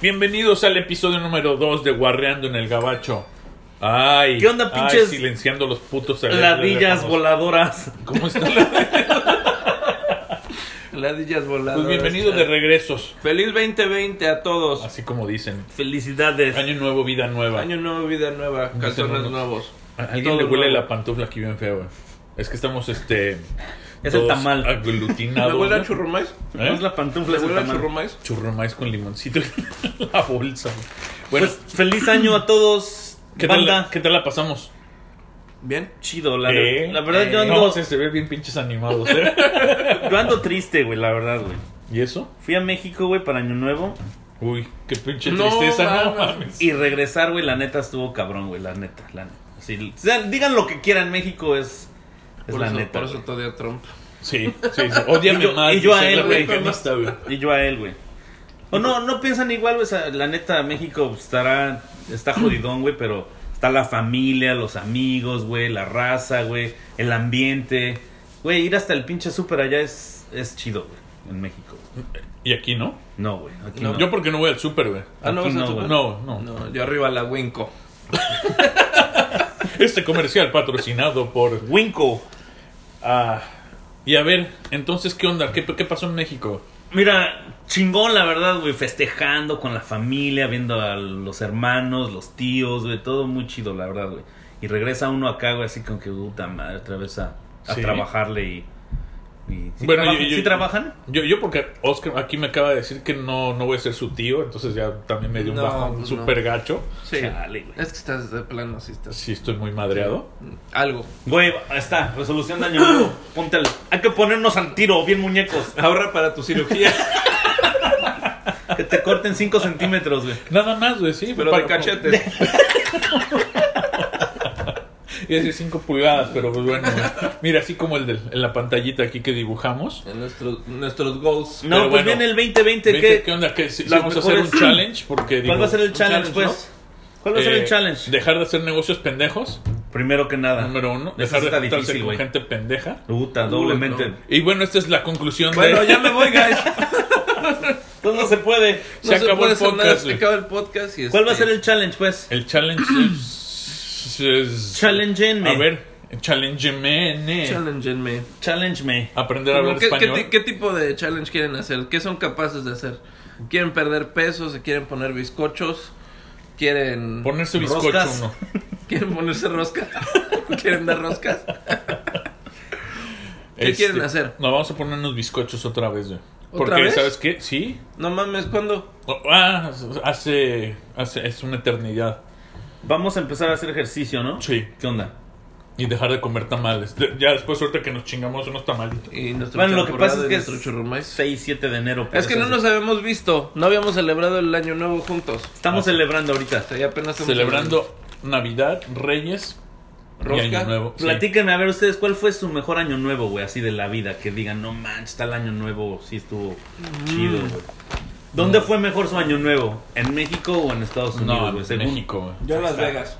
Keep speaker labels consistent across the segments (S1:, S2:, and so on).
S1: Bienvenidos al episodio número 2 de Guarreando en el Gabacho. Ay,
S2: ¿Qué onda,
S1: ay,
S2: pinches
S1: silenciando los putos
S2: Ladillas
S1: voladas.
S2: voladoras.
S1: ¿Cómo están? las-
S2: Ladillas voladoras.
S1: Pues bienvenidos de regresos,
S2: Feliz 2020 a todos.
S1: así como dicen.
S2: Felicidades. Año,
S1: Año nuevo, vida nueva.
S2: nuevo, vida nueva, calzones
S1: unos-
S2: nuevos.
S1: A alguien
S2: Todo
S1: le huele
S2: nuevo.
S1: la pantufla aquí bien feo. eh. Es que estamos este
S2: Es el
S1: todos
S2: tamal.
S1: aglutinados.
S3: ¿Me huele a
S1: ¿no?
S3: churrumais?
S1: ¿Eh?
S2: Es la pantufla
S3: ¿Me
S2: es el
S3: huele a
S2: tamal.
S3: churrumais?
S1: Churro maíz con limoncito en la bolsa. güey. Bueno,
S2: Pues feliz año a todos.
S1: ¿qué, tal
S2: Banda,
S1: la, qué tal la pasamos?
S3: Bien.
S2: chido. La,
S1: ¿Eh?
S2: la verdad, yo
S1: Eh,
S2: ando,
S1: No, se, se ve bien pinches animados. ¿eh?
S2: yo ando triste, güey, la verdad, güey.
S1: ¿Y eso?
S2: Fui a México, güey, para Año Nuevo.
S1: Uy, qué pinche
S3: No
S1: tristeza, no
S3: mames.
S1: mames.
S2: Y regresar, güey, la neta estuvo cabrón, güey, la neta, la neta. Así, o sea, digan lo que quieran, México es, es
S3: Por
S2: la
S3: eso,
S2: neta.
S3: por eso
S2: güey.
S3: todavía Trump.
S1: Sí, sí, sí. Ódiame
S2: Y yo-
S1: más.
S2: y yo a
S1: dice
S2: él,
S1: la
S2: güey.
S1: mexicanista, güey.
S2: Y yo a él, güey. O no, no piensan igual, güey. o sea, la neta, México pues, estará, está jodidón, güey, pero está la familia, los amigos, güey, la raza, güey, el ambiente. Güey, ir hasta el pinche súper allá es, es chido, güey, en México.
S1: Y aquí no.
S2: No, güey, aquí
S3: No.
S2: no.
S1: Yo porque no voy al súper, güey.
S3: Ah, ¿no
S2: Aquí
S3: vas a
S2: no,
S3: tu-
S2: güey.
S1: No, no,
S3: No, yo arriba la Winco.
S1: Este comercial patrocinado por...
S2: Winco.
S1: Ah, y a ver, entonces, ¿qué onda? ¿Qué, qué pasó en México?
S2: Mira, chingón, la verdad, güey, festejando con la familia, viendo a los hermanos, los tíos, güey, todo muy chido, la verdad, güey. Y regresa uno acá, güey, así con que, puta madre, otra vez a, a
S1: Sí.
S2: trabajarle y... y- ¿sí,
S1: Bueno,
S2: trabajan?
S1: yo- yo-
S2: ¿Sí trabajan?
S1: Yo, yo porque Oscar aquí me acaba de decir que no, no voy a ser su tío, entonces ya también me dio un
S3: No,
S1: bajón
S3: no.
S1: súper gacho.
S3: Sí.
S2: Chale, güey.
S3: Es que estás de plano, sí estás.
S1: Sí, estoy muy madreado.
S3: Algo.
S2: Güey, ahí está, resolución de año nuevo. Ponte al- Hay que ponernos al tiro, bien muñecos.
S3: Ahorra para tu cirugía.
S2: Que te corten 5 centímetros, güey.
S1: Nada más, güey, sí.
S3: pero
S1: para-
S3: de cachetes.
S1: Y es de 5 pulgadas, pero pues bueno. güey. Mira, así como el de en la pantallita aquí que dibujamos.
S3: En nuestros, nuestros goals.
S2: No,
S1: Pero
S2: pues
S1: bueno.
S2: viene el 2020,
S1: ¿Qué,
S2: ¿qué?
S1: ¿Qué onda? ¿Qué, si, si
S2: Las
S1: vamos a hacer un
S2: mejores-
S1: challenge? Porque digo,
S2: ¿Cuál va a ser el
S3: un
S2: challenge,
S3: challenge,
S2: pues? ¿Cuál va a ser
S1: eh,
S2: el challenge?
S1: Dejar de hacer negocios pendejos,
S2: Primero que nada.
S1: número uno.
S2: Eso
S1: Dejar de
S2: está
S1: juntarse
S2: difícil,
S1: con
S2: güey.
S1: gente pendeja.
S2: Puta,
S3: Uy,
S2: doblemente.
S3: no.
S1: Y bueno, esta es la conclusión
S3: Bueno,
S1: de...
S3: ya me voy, guys.
S2: Entonces no se puede.
S1: Se acabó
S3: puede
S1: el
S3: hacer nada,
S1: podcast,
S3: Se
S1: güey.
S3: acaba el podcast y
S2: ¿Cuál va a
S3: este,
S2: ser el challenge, pues?
S1: El challenge es... es-
S2: Challengeenme.
S1: A ver,
S2: Eh.
S1: challengeme.
S3: Challenge en me.
S2: Challenge me.
S1: Aprender a hablar
S3: ¿Qué, qué,
S1: español.
S3: ti- qué tipo de challenge quieren hacer? ¿Qué son capaces de hacer? ¿Quieren perder peso? ¿Se quieren poner bizcochos? ¿Quieren,
S1: Ponerse bizcocho
S2: Roscas.
S1: uno.
S3: ¿quieren ponerse rosca? ¿Quieren dar roscas? ¿Qué
S1: Este,
S3: quieren hacer?
S1: No, vamos a ponernos bizcochos otra vez, güey.
S3: ¿Otra
S1: Porque,
S3: vez?
S1: ¿sabes qué? Sí.
S3: No mames, ¿cuándo?
S1: Oh, Ah, hace, hace... Es una eternidad.
S2: Vamos a empezar a hacer ejercicio, ¿no?
S1: Sí.
S2: ¿Qué onda?
S1: Y dejar de comer tamales. De- Ya después, suerte que nos chingamos unos tamalitos.
S3: Y nuestro
S2: Bueno, lo que
S3: champurrado
S2: pasa es
S3: y
S2: que
S3: nuestro
S2: es-
S3: churrumais.
S2: 6, 7 de enero. pero
S3: Es que no
S2: es-
S3: nos habíamos visto, no habíamos celebrado el año nuevo juntos.
S2: Estamos
S1: Ah.
S2: celebrando ahorita.
S3: O sea, ya apenas estamos
S1: Celebrando Navidad, Reyes
S3: Rosca.
S1: y Año Nuevo. Sí.
S2: Platíquenme, a ver ustedes, ¿cuál fue su mejor año nuevo, güey? Así de la vida, que digan, no manches, está el año nuevo, sí estuvo
S3: Mm.
S2: chido, güey. ¿Dónde fue mejor su año nuevo? ¿En México o en Estados
S1: No,
S2: Unidos, güey?
S1: en
S2: Según-
S1: México. güey.
S3: Yo en Las
S2: Exacto.
S3: Vegas.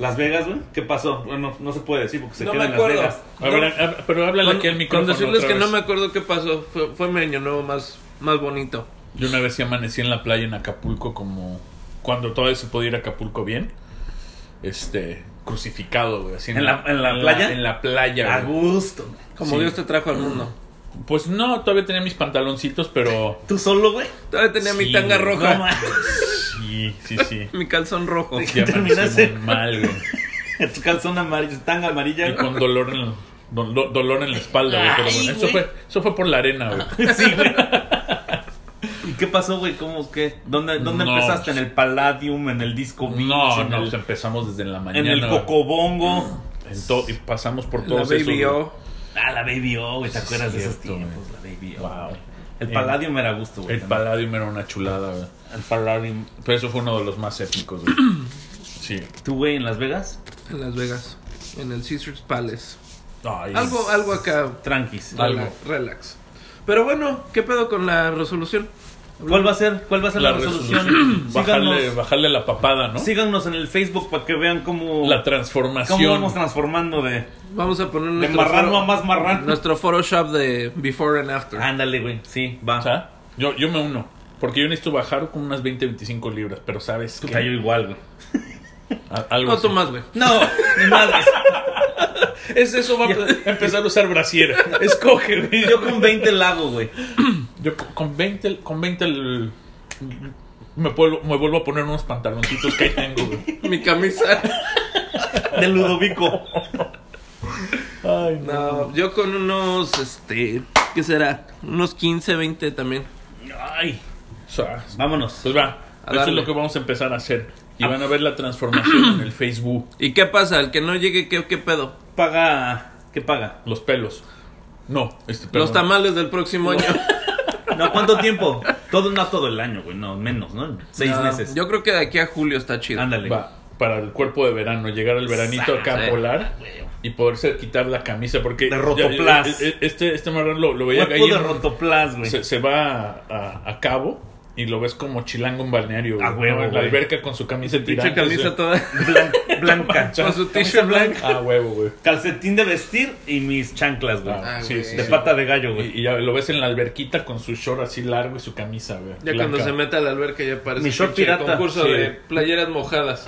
S2: ¿Las Vegas, güey? ¿Qué pasó? Bueno, no se puede decir porque se
S3: No
S2: queda
S3: me
S2: en Las
S3: acuerdo.
S2: Vegas.
S1: A ver, a- a- pero háblale
S3: Con,
S1: aquí al
S3: con
S1: micrófono.
S3: decirles
S1: otra
S3: que no
S1: vez.
S3: me acuerdo qué pasó, fue, fue mi año nuevo más, más bonito.
S1: Yo una vez sí amanecí en la playa en Acapulco, como cuando todavía se podía ir a Acapulco bien. Este, crucificado, güey. así
S2: ¿En la- en la playa? Ah,
S1: en la playa,
S2: A
S1: güey.
S2: gusto, güey.
S3: Como
S1: Sí.
S3: Dios te trajo al mundo.
S1: Pues no, todavía tenía mis pantaloncitos, pero.
S2: ¿Tú solo, güey?
S3: Todavía tenía
S1: Sí,
S3: mi tanga
S1: güey.
S3: roja,
S2: No, ma-
S1: Sí, sí, sí.
S3: mi calzón rojo.
S1: Ya amanecí
S2: Terminaste-
S1: muy mal, güey.
S2: Tu calzón amarillo, tanga amarilla.
S1: Y con dolor en, do- do- dolor en la espalda, güey. Pero
S2: Ay,
S1: bueno, eso
S2: güey.
S1: fue, eso fue por la arena, güey.
S2: Sí, güey. ¿Y qué pasó, güey? ¿Cómo qué? ¿Dónde, dónde
S1: No,
S2: empezaste?
S1: pues-
S2: ¿En el Palladium? ¿En el Disco Beach?
S1: No,
S2: ¿En
S1: no,
S2: el,
S1: pues empezamos desde la mañana.
S2: en el
S1: güey.
S2: Cocobongo?
S1: En to- y pasamos por
S3: La
S1: todos esos. güey.
S3: Baby O.
S2: Ah, la Baby O, güey. ¿Te
S1: Sí,
S2: acuerdas de esos
S1: cierto,
S2: tiempos? La Baby O.
S1: Wow.
S2: El
S1: Eh,
S2: Palladium era gusto, güey.
S1: El
S2: también.
S1: Palladium era una chulada, güey.
S2: El Palladium.
S1: Pero eso fue uno de los más épicos, güey. Sí.
S2: ¿Tú, güey, en Las Vegas?
S3: En Las Vegas, en el Caesars Palace.
S1: Ay,
S3: Algo, algo acá
S2: Tranquis.
S1: Algo.
S3: Relax, relax. Pero bueno, ¿qué pedo con la resolución?
S2: ¿Cuál va a ser? ¿Cuál va a ser la,
S1: La
S2: resolución?
S1: resolución. Bajarle,
S2: Síganos,
S1: bajarle la papada, ¿no?
S2: síganos en el Facebook para que vean cómo,
S1: La
S2: cómo
S1: transformación.
S2: vamos transformando de,
S3: Vamos a poner
S2: de
S3: nuestro,
S2: marrano
S3: foro-
S2: a más marrano. Ah,
S3: nuestro Photoshop de Before and After.
S2: Ándale, güey. Sí, va.
S1: O sea, yo, yo me uno. Porque yo necesito bajar como unas 20, 25 libras, pero sabes
S2: Puta, yo
S1: que...
S2: igual, güey.
S1: a- Algo
S3: ¿Cuánto
S1: así.
S3: más, güey?
S2: No, ni madres.
S1: Es eso, va a empezar a usar brasier. Escoge, güey.
S2: Yo con 20 la hago, güey.
S1: Yo co- con 20, con 20 el- me, puedo- me vuelvo a poner unos pantaloncitos que ahí tengo, güey.
S3: Mi camisa.
S2: De Ludovico.
S1: Ay,
S3: No, yo con unos, este, ¿qué será? Unos 15, 20 también.
S2: Ay,
S1: O sea,
S2: vámonos.
S1: pues va,
S3: A
S1: eso es
S3: darle. Ah.
S1: lo que vamos a empezar a hacer. Y van a ver la transformación en el Facebook,
S3: ¿Y qué pasa? El que no llegue, ¿qué, qué pedo?
S2: Paga. ¿Qué paga?
S1: los pelos. No, este
S3: Los
S1: perdón.
S3: tamales del próximo año.
S2: No, ¿cuánto tiempo? Todo, no todo el año, güey. No, menos, ¿no? Seis
S3: No,
S2: meses.
S3: Yo creo que de aquí a julio está chido.
S2: Ándale.
S1: Va, para el cuerpo de verano, llegar al veranito acá a
S3: Sí.
S1: polar y poderse quitar la camisa porque
S2: De Rotoplas.
S1: ya- este este marrón lo, lo veía
S2: Cuerpo de
S1: gallina
S2: rotoplas, güey.
S1: se, se va a, a- a cabo y lo ves como chilango en balneario güey,
S2: A huevo,
S1: ¿no? en la
S2: güey.
S1: alberca con su camisa en
S3: Pinche
S1: tirantes, güey.
S3: camisa toda.
S2: Blan- blanca.
S3: Con su
S2: Camisa
S3: t-shirt blanca.
S1: a Ah, huevo güey
S2: Calcetín de vestir y mis chanclas, güey.
S1: Ah,
S3: Ah,
S1: sí,
S3: güey.
S1: sí,
S2: de
S1: sí.
S2: pata de gallo, güey.
S1: y, y ya lo ves en la alberquita con su short así largo y su camisa güey
S3: Ya
S1: blanca.
S3: cuando se mete a la alberca ya parece
S2: Mi short
S3: pinche
S2: pirata.
S3: concurso
S1: Sí.
S3: de playeras mojadas.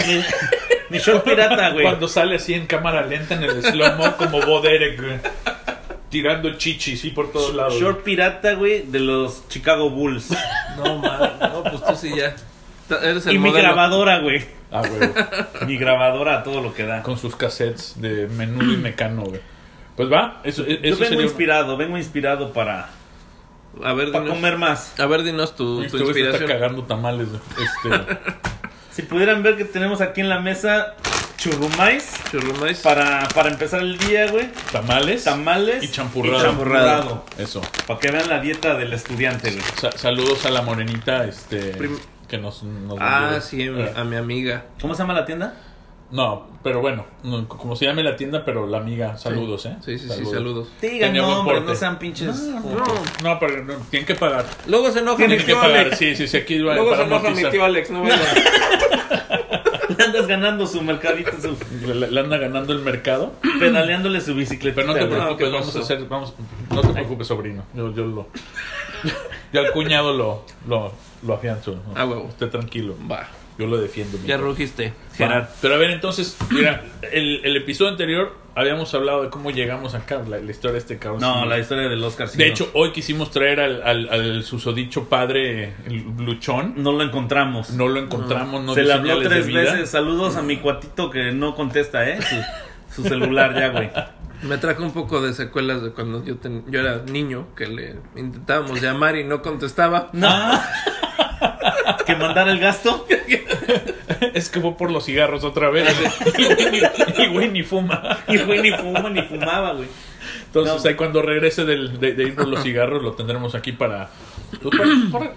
S2: Mi short pirata, güey.
S1: cuando sale así en cámara lenta en el slow mo como Bo Derek güey, tirando chichis y por todos lados
S2: Short pirata, güey, de los Chicago Bulls.
S3: No, man. No, pues tú sí ya. Ta- Eres el
S2: Y mi
S3: modelo.
S2: grabadora, güey.
S1: güey. a huevo
S2: Mi grabadora, todo lo que da.
S1: con sus cassettes de menudo y mecano, güey. Pues va, eso, e-
S2: Yo
S1: eso
S2: vengo
S1: sería Pues
S2: inspirado, vengo inspirado para,
S3: A ver,
S2: para
S3: dinos,
S2: comer más.
S3: a ver, dinos tu, tu
S1: Estuve este está
S3: inspiración.
S1: cagando tamales, güey. este,
S2: Si pudieran ver que tenemos aquí en la mesa churrumais
S3: Churrumais.
S2: para, para empezar el día, güey.
S1: tamales,
S2: Tamales
S1: Y champurrado.
S2: champurrado.
S1: eso.
S2: Para que vean la dieta del estudiante, güey.
S1: Sa- saludos a la morenita, este,
S3: Prim-
S1: que nos, nos
S3: Ah,
S1: vendió.
S3: sí, a mi,
S1: Eh,
S3: a mi amiga.
S2: ¿Cómo se llama la tienda?
S1: no, pero bueno, no, como se llame la tienda, pero la amiga, saludos, ¿eh?
S3: Sí, sí, sí, saludos.
S2: Digan
S1: Tenía buen
S2: nombre,
S1: porte.
S2: no sean pinches.
S3: No,
S1: No, pero no, tienen que pagar.
S3: luego se enoja mi
S1: Tienen que
S3: tío
S1: pagar.
S3: Alex.
S1: Sí, sí, sí, aquí va
S3: eh. Luego se
S1: para
S3: enoja mi
S1: amortizar.
S3: tío Alex, no vaya.
S2: Le andas ganando su mercadito, su,
S1: Le, le- le anda ganando el mercado.
S2: pedaleándole su bicicleta.
S1: Pero no te
S2: güey.
S1: preocupes,
S3: No, que
S1: vamos a
S3: pasó.
S1: hacer, vamos, no te preocupes, sobrino. Yo, yo lo, yo al cuñado lo, lo, lo afianzo. ¿no?
S3: Ah, huevo.
S1: Usted tranquilo,
S3: Va,
S1: yo lo defiendo. mi
S3: ya
S1: hijo.
S3: rugiste.
S1: Va. Pero a ver, entonces, mira, el, el episodio anterior habíamos hablado de cómo llegamos acá, la, la historia de este cabrón.
S2: No,
S1: Sí.
S2: la historia del Oscar. sí,
S1: De
S2: no.
S1: hecho, hoy quisimos traer al, al, al susodicho padre el Luchón.
S2: no lo encontramos.
S1: No lo encontramos, no
S2: Se
S1: dio
S2: le habló
S1: señales de
S2: tres
S1: vida.
S2: veces. Saludos a mi cuatito que no contesta, ¿eh? Su, su celular ya, güey.
S3: Me trajo un poco de secuelas de cuando yo, ten- yo era niño, que le intentábamos llamar y no contestaba.
S2: No. Ah. que mandar el gasto.
S1: Es que fue por los cigarros otra vez. y güey ni fuma.
S2: Y güey ni fuma ni fumaba, güey.
S1: Entonces
S2: No.
S1: ahí cuando regrese del- de, de ir por los cigarros lo tendremos aquí para, pues, para- para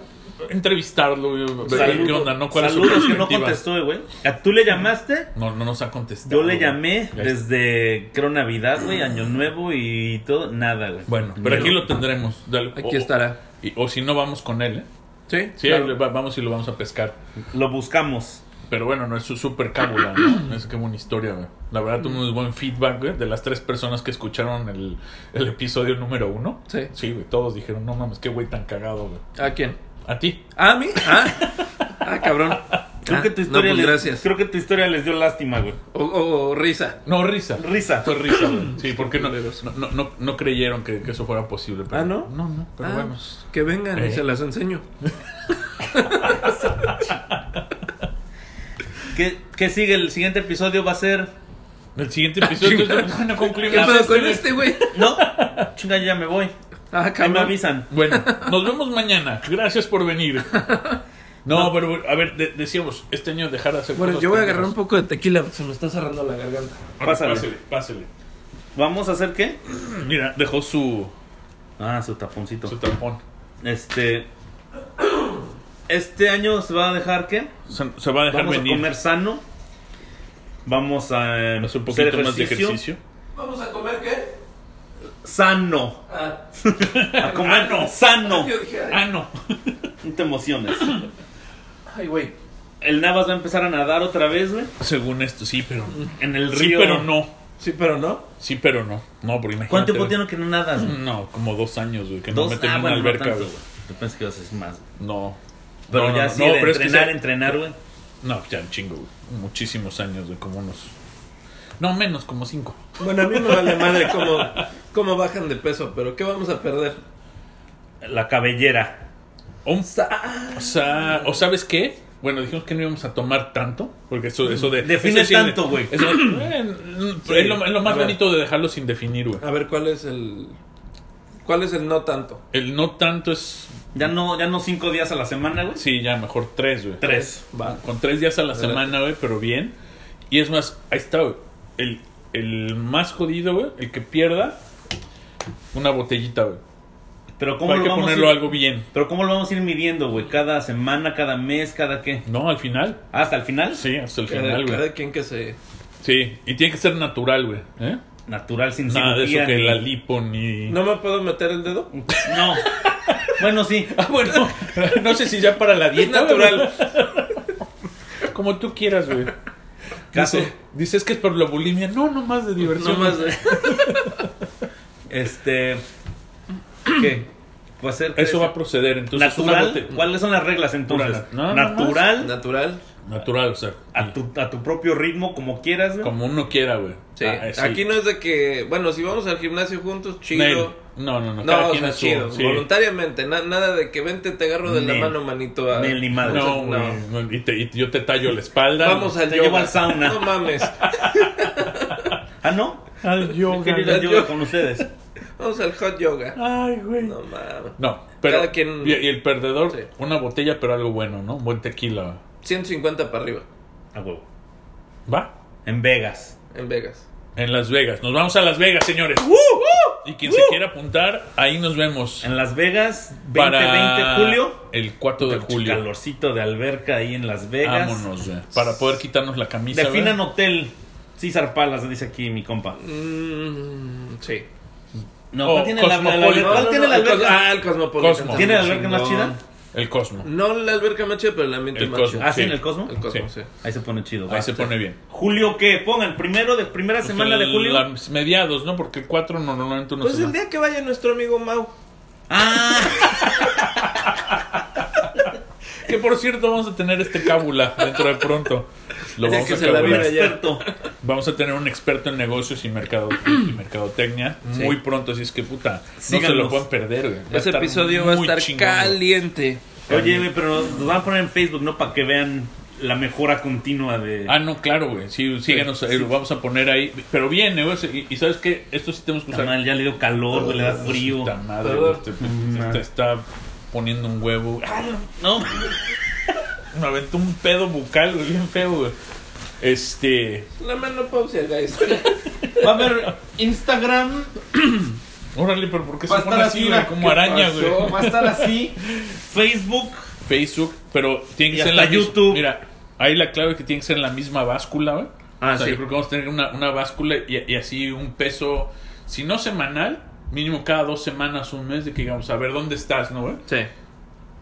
S1: entrevistarlo, ver qué
S2: Saludos-
S1: onda, ¿no? ¿Cuál es su
S2: saludos que no
S1: perspectiva?
S2: contestó, güey. ¿A ¿Tú le llamaste?
S1: No, no nos ha contestado.
S2: Yo le llamé
S1: güey.
S2: desde, creo, Navidad, güey, Año Nuevo y todo. Nada, güey.
S1: Bueno, pero aquí lo tendremos. Dale.
S3: Aquí
S1: O-
S3: estará.
S1: y- o si no, vamos con él, ¿eh?
S3: ¿Sí?
S1: Oh. Sí,
S3: Claro.
S1: le va- vamos y lo vamos a pescar.
S2: Lo buscamos.
S1: Pero bueno, no es su super cábula, ¿no? Es que buena historia, güey. La verdad
S3: Mm.
S1: tuvimos buen feedback, güey, de las tres personas que escucharon el, el episodio número uno.
S3: Sí.
S1: Sí, güey, todos dijeron, no mames, qué güey tan cagado, güey.
S3: ¿A quién?
S1: A ti.
S3: ¿A mí? Ah, ah cabrón.
S2: Creo
S3: Ah,
S2: que tu historia
S3: no,
S2: les,
S3: pues, gracias.
S2: Creo que tu historia les dio lástima, güey.
S3: O, o- o risa.
S1: No, risa.
S2: Risa.
S1: Fue risa, güey. Sí, porque no,
S3: culeros.
S1: no, no, no, no creyeron que, que eso fuera posible. pero-
S3: ¿Ah, no?
S1: No, no, pero
S3: Ah,
S1: bueno.
S3: pues, que vengan
S1: Eh.
S3: y se las enseño.
S2: ¿Qué, qué sigue? El siguiente episodio va a ser.
S1: El siguiente episodio entonces, bueno,
S3: ¿Qué
S1: concluimos
S3: pedo
S1: este,
S3: con
S1: güey.
S3: este, güey?
S2: No, chinga, yo ya me voy.
S3: Ah,
S2: Ahí me
S3: cabrón.
S2: avisan.
S1: Bueno, nos vemos mañana. Gracias por venir. No, pero a ver, de- decíamos, este año dejar de hacer
S3: Bueno,
S1: cosas
S3: yo voy a
S1: pendejas.
S3: agarrar un poco de tequila, se me está cerrando la garganta.
S1: Ahora,
S2: Pásale.
S1: Pásale, pásale.
S2: ¿Vamos a hacer qué?
S1: Mira, dejó su,
S2: Ah, su taponcito.
S1: su tampón.
S2: Este. Este año se va a dejar qué?
S1: Se, se va a dejar
S2: Vamos a
S1: venir.
S2: comer sano. Vamos a eh,
S1: Hacer un poquito más de ejercicio.
S3: ¿Vamos a comer qué?
S2: Sano.
S3: Ah,
S2: A comer sano.
S3: yo dije, ay,
S1: Ah, no.
S2: No te emociones.
S3: ay, güey.
S2: El Navas va a empezar a nadar otra vez, güey.
S1: Según esto, sí, pero
S2: En el río.
S1: Sí, pero no.
S3: Sí, pero no.
S1: Sí, pero no. No, porque imagínate.
S2: ¿Cuánto tiempo
S1: güey. Mm,
S2: tiene que no nadas? güey?
S1: No, como dos años, güey, que no
S2: Dos.
S1: me metí
S2: Ah,
S1: en una
S2: bueno, no
S1: alberca,
S2: tanto,
S1: güey.
S2: güey. Yo pensé que ibas a decir más.
S1: No.
S2: Pero
S1: No, no,
S2: ya
S1: no,
S2: sí,
S1: no,
S2: de
S1: pero es que
S2: entrenar,
S1: sea-
S2: entrenar, güey.
S1: No, ya un chingo, güey. Muchísimos años, güey, como unos. No, menos, como cinco.
S3: Bueno, a mí me vale madre cómo, cómo bajan de peso, pero ¿qué vamos a perder?
S2: La cabellera.
S1: O, un- o sea, ¿o sabes qué? Bueno, dijimos que no íbamos a tomar tanto, porque eso, eso de...
S2: Define
S1: eso sí es de-
S2: tanto, güey.
S1: eso- eh, Es lo, es lo más
S2: A ver.
S1: bonito de dejarlo sin definir, güey.
S3: A ver, ¿cuál es el. ¿Cuál es el no tanto?
S1: El no tanto es...
S2: Ya no, ya no cinco días a la semana, güey.
S1: Sí, ya, mejor tres, güey.
S2: Tres.
S3: Va.
S1: Con tres días a la
S3: Adelante.
S1: semana, güey, pero bien. Y es más, ahí está, güey. El, el más jodido, güey, el que pierda una botellita, güey.
S2: Pero ¿cómo
S1: Hay
S2: lo
S1: que
S2: vamos a
S1: ponerlo
S2: ir-
S1: algo bien.
S2: Pero ¿cómo lo vamos a ir midiendo, güey? ¿Cada semana, cada mes, cada qué?
S1: ¿No? Al final.
S2: ¿Hasta el final?
S1: Sí, hasta el
S3: Cada,
S1: final, güey.
S3: cada quien que se.
S1: Sí, y tiene que ser natural, güey. ¿eh?
S2: Natural, sin
S1: Nada de
S2: cirugía.
S1: eso que
S2: ni-
S1: la lipo ni...
S3: ¿No me puedo meter el dedo?
S2: No. bueno, sí.
S1: Ah, bueno, no sé si ya para la dieta.
S3: natural.
S1: güey. Como tú quieras, güey.
S2: Caso.
S1: Dice, dices que es por la bulimia. No, no más de diversión.
S3: No más. de-
S2: Este. ¿Qué? Pues hacer
S1: Eso va a proceder, entonces. una
S2: natural.
S1: bote-
S2: ¿Cuáles son las reglas entonces?
S1: Natural. No, no más.
S2: natural,
S3: Natural.
S1: Natural, o sea.
S2: a, tu, a tu propio ritmo, como quieras, güey.
S1: Como uno quiera, güey.
S3: Sí.
S1: Ah, sí.
S3: Aquí no es de que. Bueno, si vamos al gimnasio juntos, chido.
S1: Nel. No, no, no.
S3: No,
S1: cada
S3: o
S1: quien
S3: sea,
S1: es su-
S3: chido.
S1: sí.
S3: Voluntariamente. na- nada de que vente, te agarro de la
S2: Nel.
S3: mano, manito. A...
S2: Nel, ni madre.
S1: No, güey. no, Y, te- y yo te tallo la espalda.
S3: Vamos al
S2: Te
S3: yoga.
S2: llevo al sauna.
S3: No mames.
S2: Ah, no.
S1: Al
S2: Yo
S1: yoga.
S2: quiero ir al
S3: Yo-
S2: yoga con ustedes.
S3: Vamos al hot yoga.
S1: Ay, güey.
S3: No mames.
S1: No, pero.
S3: Cada quien-
S1: Y, y el perdedor,
S3: Sí.
S1: una botella, pero algo bueno, ¿no? Un buen tequila.
S3: 150 para arriba.
S2: A huevo.
S1: ¿Va?
S2: En Vegas.
S3: En Vegas.
S1: En Las Vegas. Nos vamos a Las Vegas, señores. Y quien se quiera apuntar, ahí nos vemos.
S2: En Las Vegas, 20,
S1: Para
S2: 20 de julio.
S1: El 4 de julio.
S2: Calorcito de alberca ahí en Las Vegas.
S1: Vámonos, güey. Para poder quitarnos la camisa. güey.
S2: Definan hotel. César Palas, dice aquí mi compa.
S3: Mm, sí.
S2: No,
S1: Oh,
S2: ¿cuál tiene la, la- la-
S1: Cosmopolitan.
S2: ¿cuál tiene la
S3: el cos-
S2: alberca?
S3: Ah, el Cosmopolitan.
S1: Cosmo.
S3: está
S2: ¿Tiene la
S3: muy
S2: alberca más
S3: chingón.
S2: chida?
S1: El Cosmo.
S3: No la alberca más chida, pero el ambiente
S1: El
S3: más
S1: Cosmo.
S3: chido.
S2: Ah, sí,
S1: Sí.
S2: en el Cosmo.
S3: El Cosmo,
S1: Sí.
S3: sí.
S2: Ahí se pone chido. va.
S1: Ahí se pone bien.
S2: Julio, ¿qué? Pongan primero de primera semana de julio.
S1: Las mediados, ¿no? Porque el 4 normalmente uno
S3: Pues
S1: se
S3: el
S1: va.
S3: día que vaya nuestro amigo Mau.
S2: Ah,
S1: Que por cierto, vamos a tener este cábula dentro de pronto. Lo
S3: Es
S1: vamos
S3: que
S1: a
S3: se la
S1: cabular.
S3: viene ya.
S2: experto.
S1: Vamos a tener un experto en negocios y, mercado, y mercadotecnia
S3: Sí.
S1: muy pronto. Así es que puta, no se
S2: Síganos.
S1: lo pueden perder. güey. Va a
S3: Ese
S1: estar
S3: episodio va a
S1: muy
S3: estar
S1: chingón, güey.
S3: caliente.
S2: Oye, güey, pero nos van a poner en Facebook, ¿no? Para que vean la mejora continua de.
S1: Ah, no, claro, güey. Sí, síganos, eh, lo vamos a poner ahí. Pero bien, eh, güey, y, y sabes que esto sí tenemos que
S2: Puta
S1: usar.
S2: madre, ya le dio calor, güey, le da frío. Mm,
S1: Puta madre,
S3: ¿Verdad?
S1: güey, te- te- te- te está poniendo un huevo. ¡Ah!
S2: No,
S1: Me aventó un pedo bucal, güey, bien feo, güey. Este.
S3: La mano pausa, guys.
S2: va a haber Instagram.
S1: Órale, pero ¿por qué
S2: Va a
S1: se pone
S2: estar
S1: así,
S2: así,
S1: güey?
S2: ¿qué
S1: Como araña, güey.
S2: Va a estar así. Facebook.
S1: Facebook, pero tiene
S2: Y
S1: que ser en
S2: hasta
S1: la mis-
S2: YouTube.
S1: Mira, ahí la clave es que tiene que ser en la misma báscula, güey.
S2: Ah,
S1: o sea,
S2: sí.
S1: yo creo que vamos a tener una, una báscula y, y así un peso, si no semanal, mínimo cada dos semanas, un mes, de que digamos, a ver dónde estás, ¿no, güey?
S3: Sí.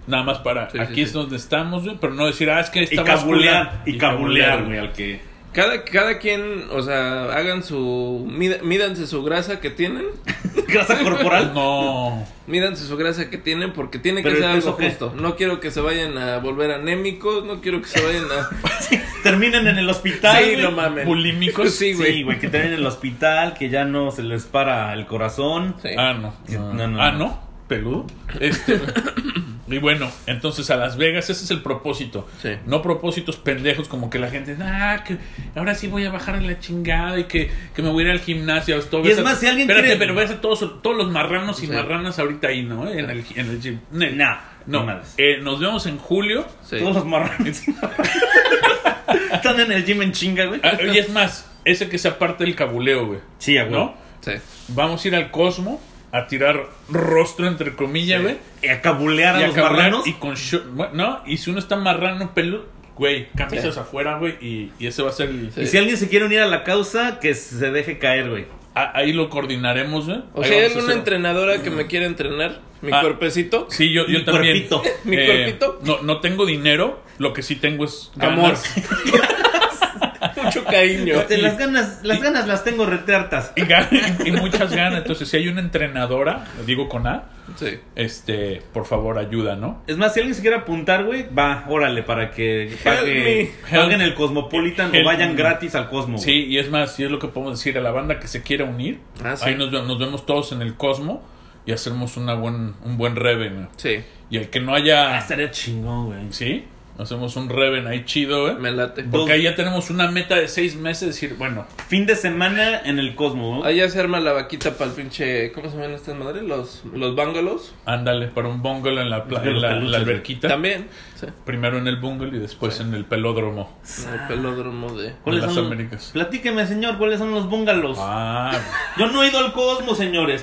S1: Nada más para,
S3: Sí, sí,
S1: aquí
S3: sí.
S1: es donde estamos, güey, pero no decir, ah, es que
S2: Y
S1: esta
S2: cabulear.
S1: báscula-
S2: Y cabulear, güey,
S1: güey.
S2: al que.
S3: Cada, cada quien, o sea, hagan su. mida- mídanse su grasa que tienen.
S2: Grasa corporal.
S1: No.
S3: Mídanse su grasa que tienen porque tiene que
S2: Pero
S3: ser
S2: ¿el peso
S3: algo
S2: qué?
S3: justo. No quiero que se vayan a volver anémicos, no quiero que se vayan a.
S2: Terminan en el hospital.
S3: Sí,
S2: güey.
S3: no mames.
S1: Bulímicos.
S3: Sí,
S2: Sí,
S3: güey.
S2: güey, que terminan en el hospital, que ya no se les para el corazón.
S3: Sí.
S1: Ah, no.
S2: Sí, no, no,
S1: ah,
S2: no.
S1: no. Peludo. Este, y bueno, entonces a Las Vegas, ese es el propósito.
S3: Sí.
S1: No propósitos pendejos como que la gente, ah, que ahora sí voy a bajar a la chingada y que, que me voy a ir al gimnasio. Esto,
S2: Y
S1: ves
S2: es más, si alguien
S1: espérate,
S2: quiere-
S1: pero ves a todos, todos los marranos y
S3: Sí.
S1: marranas ahorita ahí, ¿no? En el, en el gym.
S2: Nah,
S1: No,
S2: ni madres.
S1: Eh, nos vemos en julio.
S3: Sí.
S2: Todos los marrones. Están en el gym en chinga, güey.
S1: Ah, y es más, ese que sea parte del cabuleo, güey.
S2: Sí, a
S1: ¿No?
S2: huevo.
S3: Sí.
S1: Vamos a ir al Cosmo a tirar rostro, entre comillas, güey.
S2: Y a cabulear a
S1: y a
S2: los
S1: cabulear
S2: marranos.
S1: y con short- bueno, no y si uno está marrano peludo güey camisas
S3: Sí.
S1: afuera güey y, y ese va a ser el-
S2: Y
S3: Sí.
S2: si alguien se quiere unir a la causa, que se deje caer, güey.
S1: A- ahí lo coordinaremos güey
S3: O
S1: Ahí
S3: sea, hay
S1: vamos a
S3: alguna
S1: hacer-
S3: entrenadora que me quiere entrenar, mi
S1: Ah.
S3: cuerpecito.
S1: sí yo, yo
S2: Mi
S1: también Eh,
S2: cuerpito.
S3: Mi cuerpito.
S1: Ah, no no tengo dinero lo que sí tengo es ganas.
S3: Amor. mucho cariño.
S2: Este, las ganas, las ganas las tengo retartas.
S1: Y, gan- y muchas ganas. Entonces, si hay una entrenadora, lo digo con A,
S3: Sí.
S1: este, por favor, ayuda, ¿no?
S2: Es más, si alguien se quiere apuntar, güey, va, órale, para que
S3: me.
S2: pague, paguen
S1: Help.
S2: el Cosmopolitan
S1: Help
S2: o vayan
S1: me.
S2: gratis al Cosmo. güey.
S1: Sí, y es más, si es lo que podemos decir a la banda que se quiera unir,
S3: Ah, sí.
S1: ahí nos, ve- nos vemos todos en el Cosmo y hacemos una buen, un buen reven.
S3: Sí,
S1: Y el que no
S2: Ah,
S1: haya...
S2: estaría chingón, güey.
S1: ¿Sí? Hacemos un reven ahí chido, ¿eh?
S3: me late.
S2: Bo-
S1: Porque ahí ya tenemos una meta de seis meses, decir, bueno,
S2: Fin de semana en el Cosmo, güey.
S3: Allá se arma la vaquita para el pinche. ¿Cómo se llaman estas madres? Los, los bungalows.
S1: ándale, para un bungalow en la, pla-
S2: De
S1: en
S2: los
S1: la,
S2: peluches,
S1: la
S2: güey.
S1: alberquita.
S3: También. Sí.
S1: Primero en el bungalow y después en el pelódromo.
S3: En el pelódromo de.
S1: en las
S2: son?
S1: Américas.
S2: Platíqueme, señor, ¿cuáles son los bungalows?
S1: Ah,
S2: Yo no he ido al Cosmo, señores,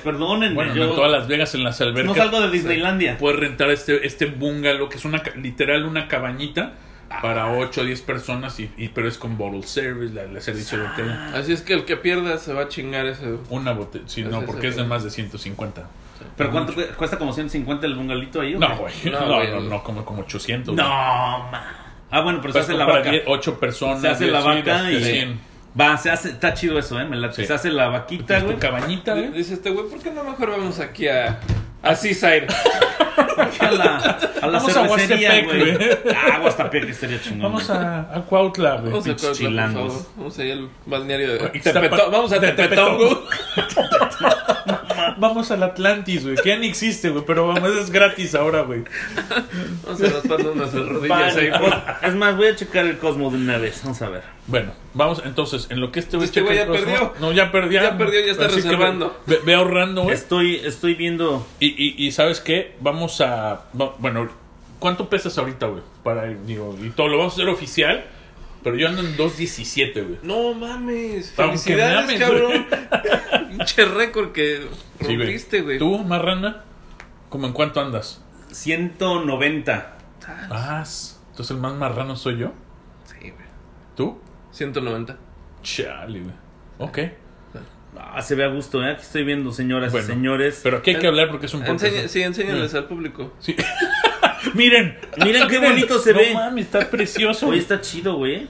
S2: perdónenme.
S1: bueno,
S2: yo
S1: en todas Las Vegas, en las albercas.
S2: no salgo de Disneylandia.
S1: Puedes rentar este, este bungalow, que es una ca- literal una cabañita
S2: Ah.
S1: para 8 o 10 personas, y, y- pero es con bottle service, la, la servicio de
S2: Ah.
S1: hotel.
S3: Así es que el que pierda se va a chingar ese.
S1: Una botella, sí,
S2: Pues
S3: Es
S1: no,
S3: ese,
S1: porque es de
S3: güey.
S1: más de 150.
S2: ¿Pero cuánto cu- cuesta como 150 el bungalito ahí? o
S1: No,
S2: qué?
S1: güey,
S3: No,
S1: no,
S3: güey.
S1: no, no, como, como 800.
S2: No,
S1: güey.
S2: ma. Ah, bueno, pero se
S1: Puedes
S2: hace la
S1: comprar
S2: vaca.
S1: 10, 8 personas.
S2: Se hace la
S1: 10, sí,
S2: vaca
S1: de
S2: y.
S1: 100.
S2: Va, se hace. Está chido eso, ¿eh? Me late.
S1: Sí.
S2: Se hace la vaquita,
S1: Es
S2: güey.
S1: tu cabañita,
S3: Di-
S1: ¿eh?
S3: Dice este güey, ¿por qué no mejor vamos aquí a. A Seaside?
S2: A la, a la
S1: Vamos a
S2: cervecería,
S1: Huastepec,
S2: güey.
S1: güey.
S2: Ah, Huastepec estaría chingón.
S1: Vamos
S2: güey.
S1: a, a Cuautla, güey.
S3: Vamos a
S2: Pinches
S3: Cuautla, por
S2: chilangos.
S3: favor. Vamos a ir al balneario de.
S1: Ixtapa-
S3: Tepetongo. Vamos a
S1: de
S3: Tepetongo.
S1: Vamos al Atlantis, güey. Que ya ni existe, güey. Pero vamos, es gratis ahora, güey.
S3: Vamos a rasparnos nuestras rodillas ahí.
S2: Vale, pues, Es más, voy a checar el Cosmo de una vez. Vamos a ver.
S1: Bueno, vamos entonces. En lo que este güey
S3: Este
S1: checa
S3: güey
S1: el
S3: ya
S1: próximo-
S3: perdió.
S1: No, ya perdió.
S3: Ya perdió, ya está
S1: Así que ve-
S3: reservando.
S1: Ve, ve ahorrando, güey.
S2: Estoy, estoy viendo.
S1: Y, y, y ¿sabes qué? Vamos a. va- bueno, ¿cuánto pesas ahorita, güey? Para, digo, y todo lo vamos a hacer oficial. Pero yo ando en 2.17, güey.
S3: No mames.
S1: Aunque
S3: Felicidades,
S1: mames,
S3: cabrón. Pinche récord que
S1: Sí, güey.
S3: rompiste, güey.
S1: ¿Tú, Marrana? ¿Cómo en cuánto andas?
S2: 190.
S1: Ah, s- entonces el más marrano soy yo.
S3: Sí, güey.
S1: ¿Tú?
S3: 190.
S1: Chale, güey. Ok.
S2: Ah, se ve a gusto, ¿eh? Aquí estoy viendo, señoras
S1: Bueno,
S2: y señores.
S1: Pero aquí hay que hablar porque es un podcast.
S3: Enseña- Eh, sí, enséñales
S1: Sí.
S3: al público.
S1: Sí. Miren,
S2: Miren qué bonito se ve.
S1: No mames, está precioso.
S2: Hoy está chido, güey.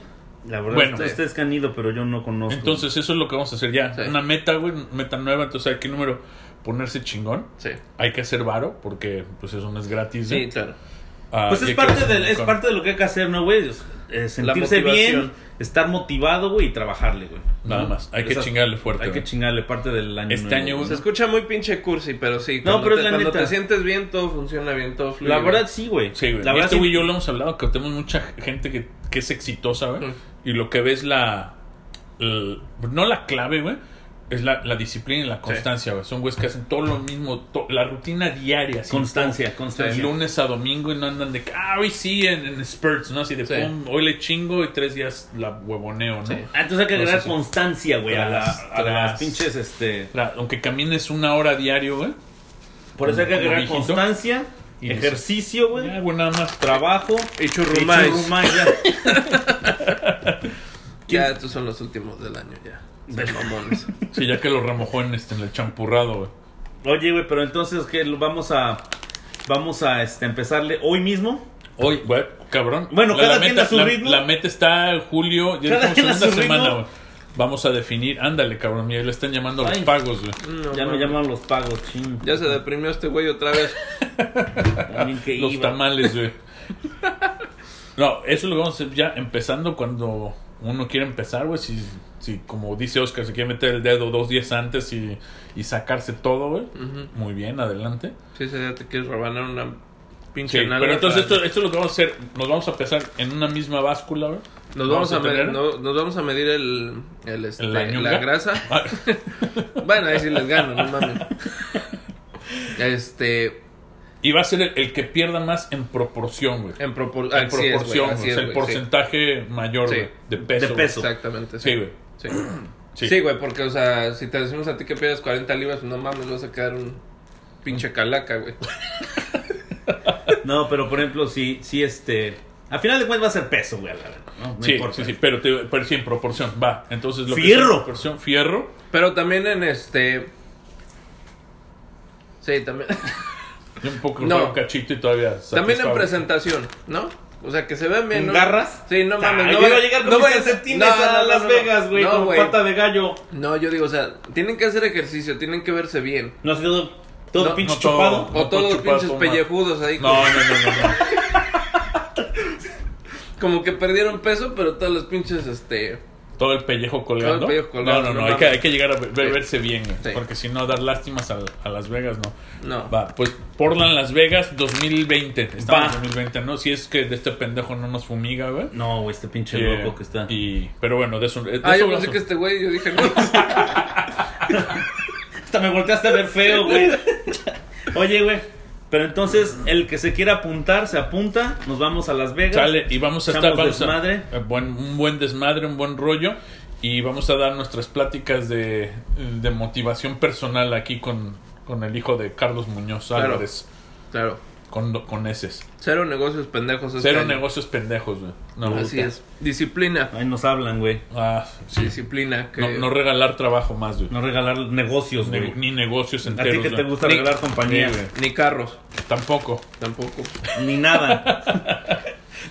S2: La verdad,
S1: Bueno.
S2: ustedes- ustedes que han ido, pero yo no conozco.
S1: Entonces, eso es lo que vamos a hacer ya.
S3: Sí.
S1: Una meta, güey, meta nueva. Entonces, ¿a qué número? Ponerse chingón.
S3: Sí.
S1: Hay que hacer varo porque, pues, eso no es gratis.
S3: Sí,
S1: ¿eh?
S3: claro.
S1: Ah,
S2: Pues
S1: y
S2: es
S1: hay
S2: parte,
S1: que-
S2: del, es
S1: con-
S2: parte de lo que hay que hacer, ¿no, güey? Es- eh, sentirse bien,
S3: motivación.
S2: estar motivado, güey, y trabajarle, güey.
S1: Nada
S2: ¿No?
S1: más. Hay que
S2: Esas-
S1: chingarle fuerte.
S2: Hay que
S1: güey.
S2: chingarle parte del año
S1: Este
S2: nuevo,
S1: año,
S2: güey.
S3: Se escucha muy pinche cursi, pero sí.
S2: No,
S3: cuando
S2: pero
S3: te,
S2: es la
S3: Cuando
S2: neta.
S3: te sientes bien, todo funciona bien, todo fluye.
S2: La
S3: bien.
S2: verdad sí, güey.
S1: Sí, güey.
S2: La
S1: Y
S2: verdad
S1: este
S2: sí.
S1: güey y yo lo hemos hablado, que tenemos mucha gente que, que es exitosa, güey.
S3: Mm.
S1: Y lo que ves la, el- no la clave, güey, es la, la disciplina y la constancia, güey. Son güeyes que hacen todo lo mismo, to- la rutina diaria. así,
S2: Constancia,
S1: todo, de
S2: constancia.
S1: lunes a domingo y no andan de que, ah, hoy sí, en, en spurts, ¿no? Así de,
S3: Sí.
S1: pum, hoy le chingo y tres días la huevoneo, ¿no?
S3: Sí.
S2: Ah, entonces hay que
S1: No
S2: agregar
S1: sé si-
S2: constancia, güey, a, la-
S1: Tras,
S2: a las
S1: tras.
S2: pinches, este...
S1: La- aunque camines una hora diario, güey.
S2: Por eso hay que
S1: Como
S2: agregar
S1: viejito.
S2: constancia,
S1: Y no sé.
S2: ejercicio, güey,
S1: Ya, güey, nada más.
S2: trabajo...
S3: Y churrumais.
S2: y churrumais, ya.
S3: Ya, estos son los últimos del año, ya. Son mamones.
S1: Sí, ya que lo remojó en, este, en el champurrado, güey.
S2: Oye, güey, pero entonces, ¿qué? Lo Vamos a... Vamos a este, empezarle hoy mismo.
S1: Hoy, güey, cabrón.
S2: Bueno, cada quien
S1: meta,
S2: a su
S1: la,
S2: ritmo.
S1: La meta está en julio, ya
S2: Cada
S1: estamos
S2: quien a
S1: en
S2: su
S1: segunda semana,
S2: ritmo.
S1: güey. Vamos a definir, ándale, cabrón, mira, le están llamando los
S2: Ay.
S1: pagos, güey.
S3: No,
S2: ya me
S3: mames.
S2: llaman los pagos, ching.
S3: Ya se deprimió este güey otra vez.
S2: También que
S1: Los
S2: iba.
S1: tamales, güey. No, eso es lo que vamos a hacer ya empezando cuando uno quiere empezar, güey. Si, si, como dice Oscar, se quiere meter el dedo dos días antes y, y sacarse todo, güey.
S3: Ujú.
S1: Muy bien, adelante.
S3: Sí, ese día te quieres rebanar una
S1: Sí,
S3: pinche nalga
S1: pero entonces
S3: para-
S1: esto, esto es lo que vamos a hacer. Nos vamos a empezar en una misma báscula, güey.
S3: Nos vamos, a
S1: tener-
S3: medir, no- nos vamos a medir el, el, este,
S1: ¿La ñonga?
S3: la grasa.
S1: Ah,
S3: Bueno, ahí sí les gano, no mames. Este,
S1: Y va a ser el, el que pierda más en proporción, güey.
S3: en, propor-
S1: En
S3: Eh, así es, güey,
S1: proporción,
S3: así
S1: güey.
S3: es,
S1: o sea, el
S3: güey, sí.
S1: porcentaje mayor,
S3: Sí.
S1: güey, de peso.
S2: De
S1: güey.
S2: peso.
S3: Exactamente, sí.
S1: Sí, güey.
S3: Sí.
S1: Sí.
S3: Sí, güey, porque, o sea, si te decimos a ti que pierdes 40 libras, pues, no mames, vas a quedar un pinche calaca, güey.
S2: No, pero por ejemplo, si, si este. Al final de cuentas va a ser peso, güey, a la verdad. No, no
S1: Sí,
S2: importa.
S1: sí, sí, pero, te, pero sí en proporción, va. Entonces lo que
S2: Fierro.
S1: sea en proporción, fierro.
S3: Pero también en este... Sí, también,
S1: Y un poco
S3: No.
S1: un cachito y todavía.
S3: también en
S1: satisfago.
S3: presentación, ¿no? O sea, que se vean bien.
S2: ¿Con
S3: ¿no?
S2: garras?
S3: Sí, no mames.
S2: Ay,
S3: no
S2: yo
S3: vaya-
S2: iba a llegar con
S3: no
S2: mis
S3: vaya-
S2: calcetines
S3: no, no,
S2: a
S3: no,
S2: Las
S3: no.
S2: Vegas, güey,
S3: No,
S2: con
S3: güey.
S2: pata de gallo.
S3: No, yo digo, o sea, tienen que hacer ejercicio, tienen que verse bien.
S2: No ha sido todo
S3: No,
S2: pinche
S1: no todo.
S2: chupado.
S1: No,
S3: O todos
S1: chupar,
S3: pinches
S1: tomar.
S3: pellejudos ahí.
S1: No, no, no, no. no.
S3: Como que perdieron peso, pero todos los pinches, este...
S1: Todo el pellejo colgando.
S3: Todo el pellejo colgando,
S1: No, no, no.
S3: no
S1: hay, que,
S3: mames.
S1: hay que llegar a ver-
S3: Sí.
S1: verse bien. güey,
S3: Sí.
S1: Porque si no, dar lástimas a, a Las Vegas, no.
S3: No.
S1: Va, pues Portland, Las Vegas, 2020.
S2: Va.
S1: Estamos en 2020, ¿no? Si es que de este pendejo no nos fumiga, güey.
S2: No, güey, este pinche
S1: Eh,
S2: loco que está.
S1: Y, pero bueno, de eso. de
S3: Ah,
S1: eso
S3: yo pensé
S1: hablamos.
S3: que este güey, yo dije, no.
S2: Hasta me volteaste a ver feo, güey. Oye, güey. Pero entonces, el que se quiera apuntar, se apunta. Nos vamos a Las Vegas.
S1: Sale, y vamos a estar.
S2: Echamos
S1: Vamos a-
S2: desmadre.
S1: eh, buen- un buen desmadre, un buen rollo. Y vamos a dar nuestras pláticas de, de motivación personal aquí con, con el hijo de Carlos Muñoz
S3: Claro.
S1: Álvarez.
S3: Claro,
S1: Con, con eses.
S3: cero negocios pendejos.
S2: Pues
S3: este
S1: Cero
S3: año.
S1: negocios pendejos, güey. No,
S3: Así
S1: puta.
S3: es. Disciplina.
S2: Ahí nos hablan, güey.
S1: Ah, sí.
S3: Disciplina. Que...
S1: No, no regalar trabajo más, güey.
S2: No regalar negocios,
S1: Ni-
S2: güey.
S1: Ni negocios
S2: A ti
S1: enteros.
S2: que te
S1: güey.
S2: gusta
S3: Ni-
S2: regalar compañía,
S1: Sí, güey.
S3: Ni carros,
S1: Tampoco.
S3: tampoco.
S2: Ni nada.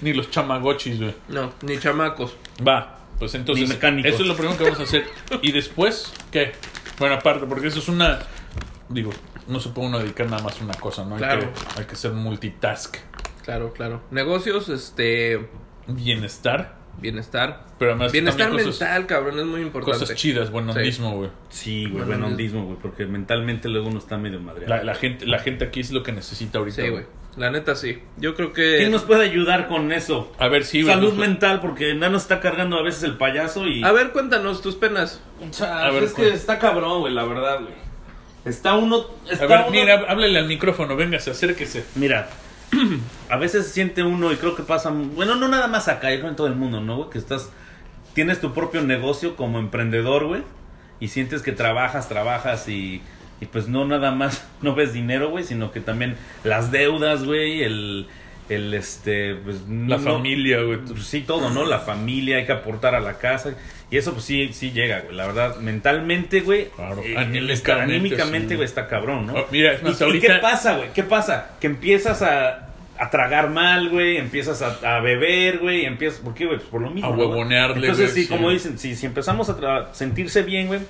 S1: Ni los chamagochis, güey.
S3: No, ni chamacos.
S1: Va, pues entonces.
S2: Ni mecánicos.
S1: Eso es lo primero que vamos a hacer. Y después, ¿qué? Bueno, aparte, porque eso es una. Digo, no se puede uno dedicar nada más a una cosa, ¿no? Hay
S3: Claro.
S1: que- hay que ser multitask.
S3: Claro, claro. Negocios, este...
S1: Bienestar.
S3: Bienestar.
S1: Pero además
S3: Bienestar
S1: también
S3: mental,
S1: cosas-
S3: cabrón, es muy importante.
S1: Cosas chidas, bueno,
S3: Sí.
S1: mismo, güey.
S2: Sí, güey,
S3: Bueno,
S2: bueno,
S3: es-
S2: mismo, güey, porque mentalmente luego uno está medio madreado.
S1: La, la gente, la gente aquí es lo que necesita ahorita.
S3: Sí, güey. La neta, sí. Yo creo que...
S2: ¿Quién nos puede ayudar con eso?
S1: A ver, sí, güey,
S2: Salud
S1: nos-
S2: mental, porque ya nos está cargando a veces el payaso y...
S3: A ver, cuéntanos tus penas.
S1: A ver,
S4: es que
S1: ¿cuál?
S4: está cabrón, güey, la verdad, güey. Está uno.
S1: A
S4: Está
S1: ver,
S4: uno-
S1: mira, háblele al micrófono, véngase, acérquese.
S2: Mira, a veces se siente uno y creo que pasa, bueno, no nada más acá, yo creo en todo el mundo, ¿no? güey? Que estás, tienes tu propio negocio como emprendedor, güey, y sientes que trabajas, trabajas y, y pues no nada más, no ves dinero, güey, sino que también las deudas, güey, el, el, este, pues...
S1: La
S2: no-
S1: familia, güey.
S2: pues, sí, todo, ¿no? La familia, hay que aportar a la casa. Y eso, pues sí, sí llega, güey. La verdad, mentalmente, güey.
S1: Claro,
S2: eh,
S1: anímicamente,
S2: está- anímicamente,
S1: sí.
S2: güey, está cabrón, ¿no?
S1: Oh, mira, es
S2: ¿Y-
S1: más,
S2: ¿Y,
S1: ahorita-
S2: qué pasa, güey? ¿Qué pasa? Que empiezas a, a tragar mal, güey. Empiezas a, a beber, güey. Empiezas. ¿Por qué, güey? Pues por lo mismo.
S1: A
S2: ¿no, güey?
S1: huevonearle,
S2: Entonces,
S1: güey,
S2: sí,
S1: sí.
S2: como dicen, si, si empezamos a tra- sentirse bien, güey.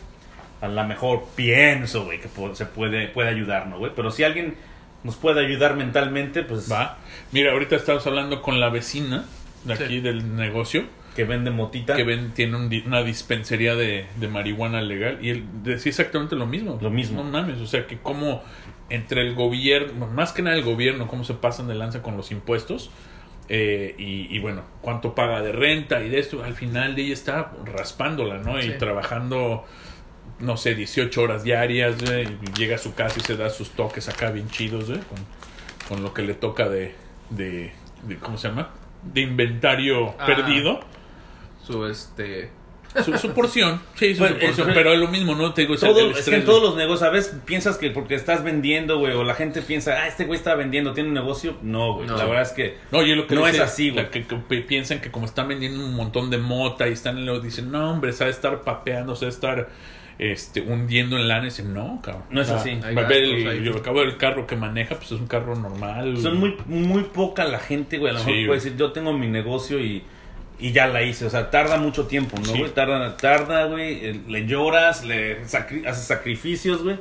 S2: A lo mejor pienso, güey, que po- se puede, puede ayudarnos, güey. Pero si alguien nos puede ayudar mentalmente, pues.
S1: Va. Mira, ahorita estamos hablando con la vecina de aquí
S3: Sí.
S1: del negocio
S2: Que vende motita.
S1: que ven, tiene un di- una dispensería de, de marihuana legal y él decía exactamente lo mismo.
S2: Lo mismo.
S1: No mames, o sea que como entre el gobierno, más que nada el gobierno, cómo se pasan de lanza con los impuestos eh, y, y bueno, cuánto paga de renta y de esto, al final de ella está raspándola, ¿no?
S3: Sí.
S1: Y trabajando, no sé, 18 horas diarias, güey, y llega a su casa y se da sus toques acá bien chidos, güey, con, con lo que le toca de, de, de- ¿cómo se llama? De inventario
S3: Ah.
S1: perdido.
S3: Su, este...
S1: Su, su porción, sí, su,
S2: Bueno,
S1: su porción,
S2: eh,
S1: pero es lo mismo, ¿no? Te digo, es el-
S2: Todo-
S1: el
S2: es que
S1: estrés,
S2: en todos los negocios, a veces piensas que porque estás vendiendo, güey, o la gente piensa, ah, este güey está vendiendo, tiene un negocio. No, güey,
S3: No.
S2: la verdad es que
S1: No, y es lo que
S2: no
S1: dice,
S2: es así, güey.
S1: la Que, que pi- piensan que como están vendiendo un montón de mota y están en lo dicen, no, hombre, se ha de estar papeando, se ha de estar este, hundiendo en lana. Y dicen, no, cabrón.
S2: No es
S1: O sea,
S2: así.
S3: Hay
S1: va a ver el,
S3: gastos ahí.
S1: yo acabo del carro que maneja, pues es un carro normal.
S2: Son muy, muy poca la gente, güey, a lo
S1: Sí,
S2: mejor
S1: güey.
S2: puede decir, yo tengo mi negocio y, y ya la hice. O sea, tarda mucho tiempo, ¿no,
S1: Sí.
S2: güey? Tarda, tarda, güey, eh, le lloras, le sacri- haces sacrificios, güey.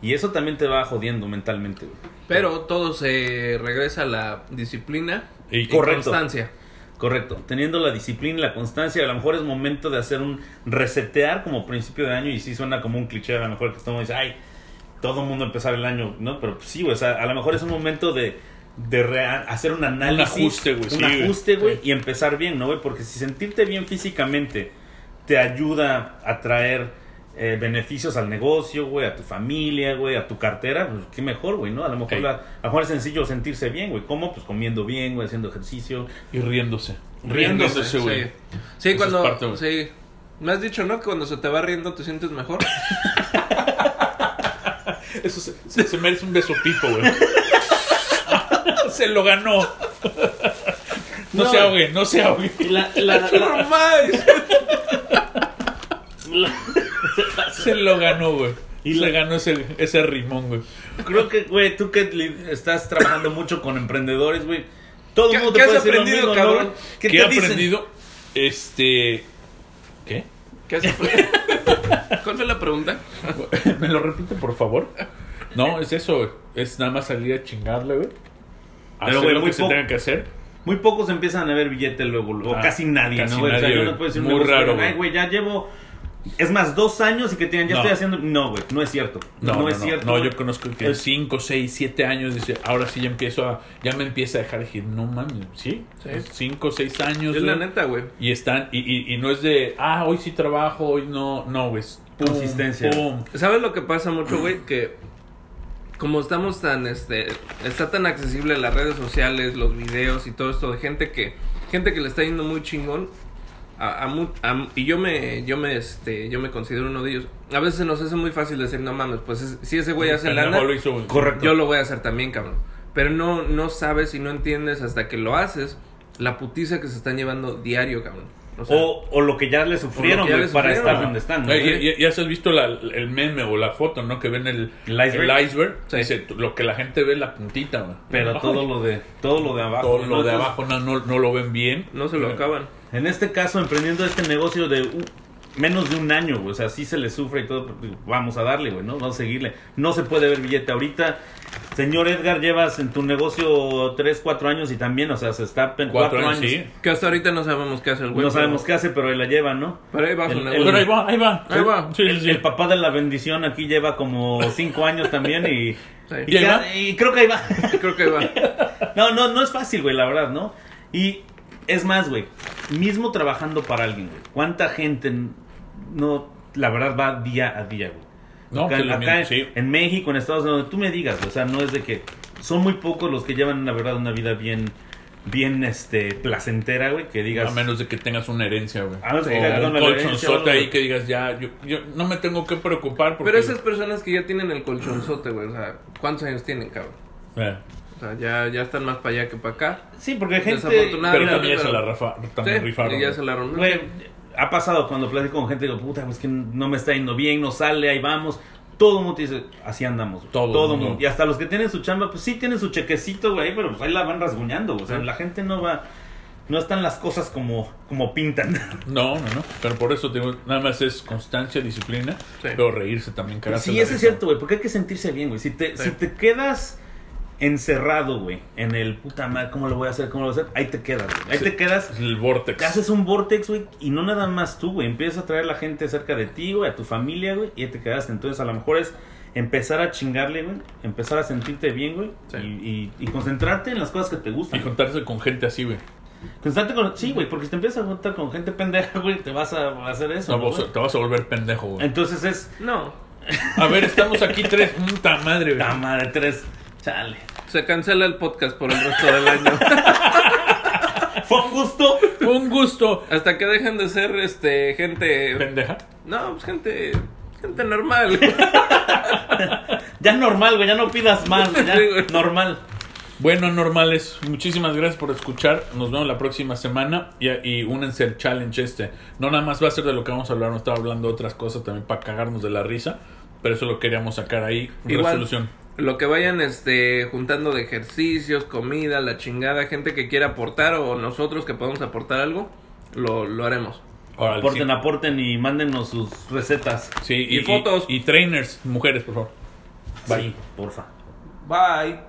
S2: Y eso también te va jodiendo mentalmente, güey.
S3: Pero todo se regresa a la disciplina
S1: Y-
S3: y
S2: Correcto.
S3: constancia.
S2: Correcto, teniendo la disciplina y la constancia, a lo mejor es momento de hacer un resetear como principio de año y sí suena como un cliché, a lo mejor que todo mundo dice, ay, todo el mundo empezar el año, ¿no? Pero pues, sí, güey, o sea, a lo mejor es un momento de, de rea- hacer un análisis,
S1: ajuste, güey, sí,
S2: un
S1: güey.
S2: ajuste, güey, y empezar bien, ¿no, güey? Porque si sentirte bien físicamente te ayuda a traer eh, beneficios al negocio, güey, a tu familia, güey, a tu cartera, pues qué mejor, güey, ¿no? A lo mejor,
S1: Ey.
S2: la- a lo mejor es sencillo sentirse bien, güey. ¿Cómo? Pues comiendo bien, güey, haciendo ejercicio.
S1: Y riéndose.
S2: Riéndose,
S1: Riéndose, güey.
S3: Sí, Sí,
S1: Eso
S3: cuando...
S1: es parte, güey.
S3: sí. Me has dicho, ¿no? Que cuando se te va riendo te sientes mejor.
S1: Eso se, se- se merece un beso tipo, güey. se lo ganó. No,
S2: No,
S1: se
S2: güey.
S1: ahogue, no se ahogue.
S2: Y la- la- la,
S3: ¡No mames!
S1: Se lo ganó, güey.
S2: Y
S1: Y
S2: la-
S1: le ganó ese, ese rimón, güey.
S2: Creo que, güey, tú que li- estás trabajando mucho con emprendedores, güey. Todo
S3: ¿Qué-
S2: el mundo te
S3: qué has
S2: puede decir lo
S3: aprendido,
S2: mismo, ¿no,
S3: cabrón?
S2: güey?
S1: ¿Qué, he
S2: te dicen?
S1: aprendido? Este. ¿Qué?
S3: ¿Qué haces? ¿Cuál fue la pregunta?
S1: ¿Me lo repite, por favor? No, es eso, güey. Es nada más salir a chingarle, güey. Hacer
S2: güey,
S1: lo
S2: muy
S1: que se
S2: poco.
S1: tenga que hacer.
S2: Muy pocos empiezan a ver billete luego, luego.
S1: Ah,
S2: casi nadie,
S1: casi
S2: ¿no? güey? O sea,
S1: nadie,
S2: yo
S1: güey.
S2: no puedo decir
S1: Muy
S2: un negocio,
S1: raro,
S2: Ay,
S1: güey.
S2: güey, ya llevo. Es más, dos años y que tienen, ya
S1: No.
S2: estoy haciendo. No, güey, no es cierto. No,
S1: No, no,
S2: es
S1: no.
S2: cierto.
S1: No,
S2: güey.
S1: yo conozco que en 5, 6, 7 años dice, ahora sí ya empiezo a. Ya me empieza a dejar de decir, no mames, ¿sí?
S3: Sí.
S1: 5, 6 años.
S3: Es la
S1: güey.
S3: neta, güey.
S1: Y están, y, y, y no es de, ah, hoy sí trabajo, hoy no, no, güey. es pum,
S2: Consistencia.
S1: pum.
S3: ¿Sabes lo que pasa mucho, güey? Que como estamos tan, este, está tan accesible las redes sociales, los videos y todo esto de gente que, gente que le está yendo muy chingón. A, a mu- a- y yo me, yo me, este, yo me considero uno de ellos. A veces se nos hace muy fácil decir, no mames, pues es- si ese güey hace
S1: El
S3: lana,
S1: mejor lo hizo, güey.
S2: Correcto.
S3: yo lo voy a hacer también, cabrón. Pero no, no sabes y no entiendes hasta que lo haces la putiza que se están llevando diario, cabrón. O sea,
S2: o, o lo que ya le sufrieron,
S3: ya
S2: güey,
S3: le
S2: para
S3: sufrieron.
S2: estar donde están. ¿no?
S1: Eh, ya, ya- ya has visto la- el meme o la foto, ¿no? Que ven el,
S2: El iceberg.
S1: el iceberg.
S3: Sí.
S1: Dice, tú- lo que la gente ve es la puntita, güey.
S2: Pero
S1: Ay,
S2: todo lo de todo lo de abajo.
S1: todo lo de
S2: Entonces,
S1: abajo no, no, no lo ven bien.
S3: no se lo acaban.
S2: En este caso, emprendiendo este negocio de uh, menos de un año, güey, o sea, sí se le sufre y todo, pero, digo, vamos a darle, güey, ¿no? Vamos a seguirle. No se puede ver billete ahorita. Señor Edgar, llevas en tu negocio 3, 4 años y también, o sea, se está en 4
S1: Cuatro
S2: años.
S1: años, sí.
S3: Que hasta ahorita no sabemos qué hace el güey.
S2: no
S3: pero-
S2: sabemos qué hace, pero él la lleva, ¿no?
S3: Pero ahí va su
S2: El-
S3: negocio.
S2: el-
S1: Pero ahí va, ahí va.
S3: Ahí va.
S1: Sí, sí,
S2: El,
S1: sí.
S2: el papá de la bendición aquí lleva como 5 años también y,
S3: Sí.
S2: y,
S1: ¿Y ahí
S2: ca-
S1: va?
S2: y creo que ahí va.
S3: Creo que va.
S2: No, no, no es fácil, güey, la verdad, ¿no? Y es más, güey, mismo trabajando para alguien, güey, ¿cuánta gente n- no, la verdad, va día a día, güey?
S1: No,
S2: acá
S1: sí, lo
S2: acá
S1: mismo, sí.
S2: en México, en Estados Unidos, donde tú me digas, güey, o sea, no es de que son muy pocos los que llevan, la verdad, una vida bien, bien, este, placentera, güey, que digas...
S1: A menos de que tengas una herencia, güey.
S2: A menos que
S1: O
S2: tengas
S1: un
S2: una herencia o algo,
S1: colchonzote ahí
S2: güey.
S1: que digas, ya, yo, yo no me tengo que preocupar porque...
S3: Pero esas personas que ya tienen el colchonzote, güey, o sea, ¿cuántos años tienen, cabrón?
S1: Eh,
S3: O sea, ya, ya están más para allá que para acá.
S2: Sí, porque hay gente...
S3: Desafortunadamente,
S1: Pero
S3: Mira,
S1: también ya se
S3: pero-
S1: la rafa, también
S3: Sí,
S1: rifaron.
S3: y ya se la rompieron.
S2: Güey, ha pasado cuando platico con gente, digo, puta, pues que no me está yendo bien, no sale, ahí vamos. Todo el mundo dice, así andamos. güey.
S1: Todo
S2: Todo el
S1: mundo.
S2: mundo. Y hasta los que tienen su chamba, pues sí tienen su chequecito, güey, pero pues ahí la van rasguñando. güey. O sea,
S3: Sí.
S2: la gente no va. No están las cosas como, como pintan.
S1: No, no, no. Pero por eso te digo, nada más es constancia, disciplina,
S3: Sí.
S1: pero reírse también, carajo.
S2: Sí, eso es cierto, güey, porque hay que sentirse bien, güey. Si te,
S3: Sí.
S2: si te quedas encerrado, güey, en el puta madre, ¿cómo lo voy a hacer? ¿Cómo lo voy a hacer? Ahí te quedas, güey. Ahí
S1: Sí.
S2: te quedas
S1: Es el vortex.
S2: Te haces un vortex, güey, y no nada más tú, güey. Empiezas a traer a la gente cerca de ti, güey, a tu familia, güey, y ya te quedaste. Entonces, a lo mejor es empezar a chingarle, güey, empezar a sentirte bien, güey,
S3: Sí.
S2: y, y- y concentrarte en las cosas que te
S1: Y
S2: gustan.
S1: juntarse con gente así, güey.
S2: Concentrarte con. Sí, güey, porque si te empiezas a juntar con gente pendeja, güey, te vas a a hacer eso.
S1: No,
S2: ¿no,
S1: vos-
S2: güey?
S1: te vas a volver pendejo, güey.
S2: Entonces es.
S3: No,
S1: A ver, estamos aquí tres. Puta madre, güey.
S2: La madre, tres. Chale.
S3: se cancela el podcast por el resto del año.
S2: Fue un gusto.
S1: Un gusto.
S3: Hasta que dejen de ser, este, gente...
S1: Pendeja.
S3: No, pues gente... Gente normal.
S2: Ya normal, güey, ya no pidas más, güey, ya
S3: Sí, güey.
S2: normal.
S1: Bueno, normales, muchísimas gracias por escuchar. Nos vemos la próxima semana y, y únense al challenge este. No nada más va a ser de lo que vamos a hablar, no estaba hablando de otras cosas también para cagarnos de la risa, pero eso lo queríamos sacar ahí.
S3: Igual.
S1: Resolución.
S3: Lo que vayan este juntando de ejercicios, comida, la chingada, gente que quiera aportar o nosotros que podamos aportar algo, lo, lo haremos.
S1: Ahora, el
S2: Aporten,
S1: sí.
S2: aporten y mándenos sus recetas.
S1: Sí,
S3: Y fotos.
S1: Y, trainers, mujeres, por favor. Bye.
S2: Sí, porfa.
S3: Bye.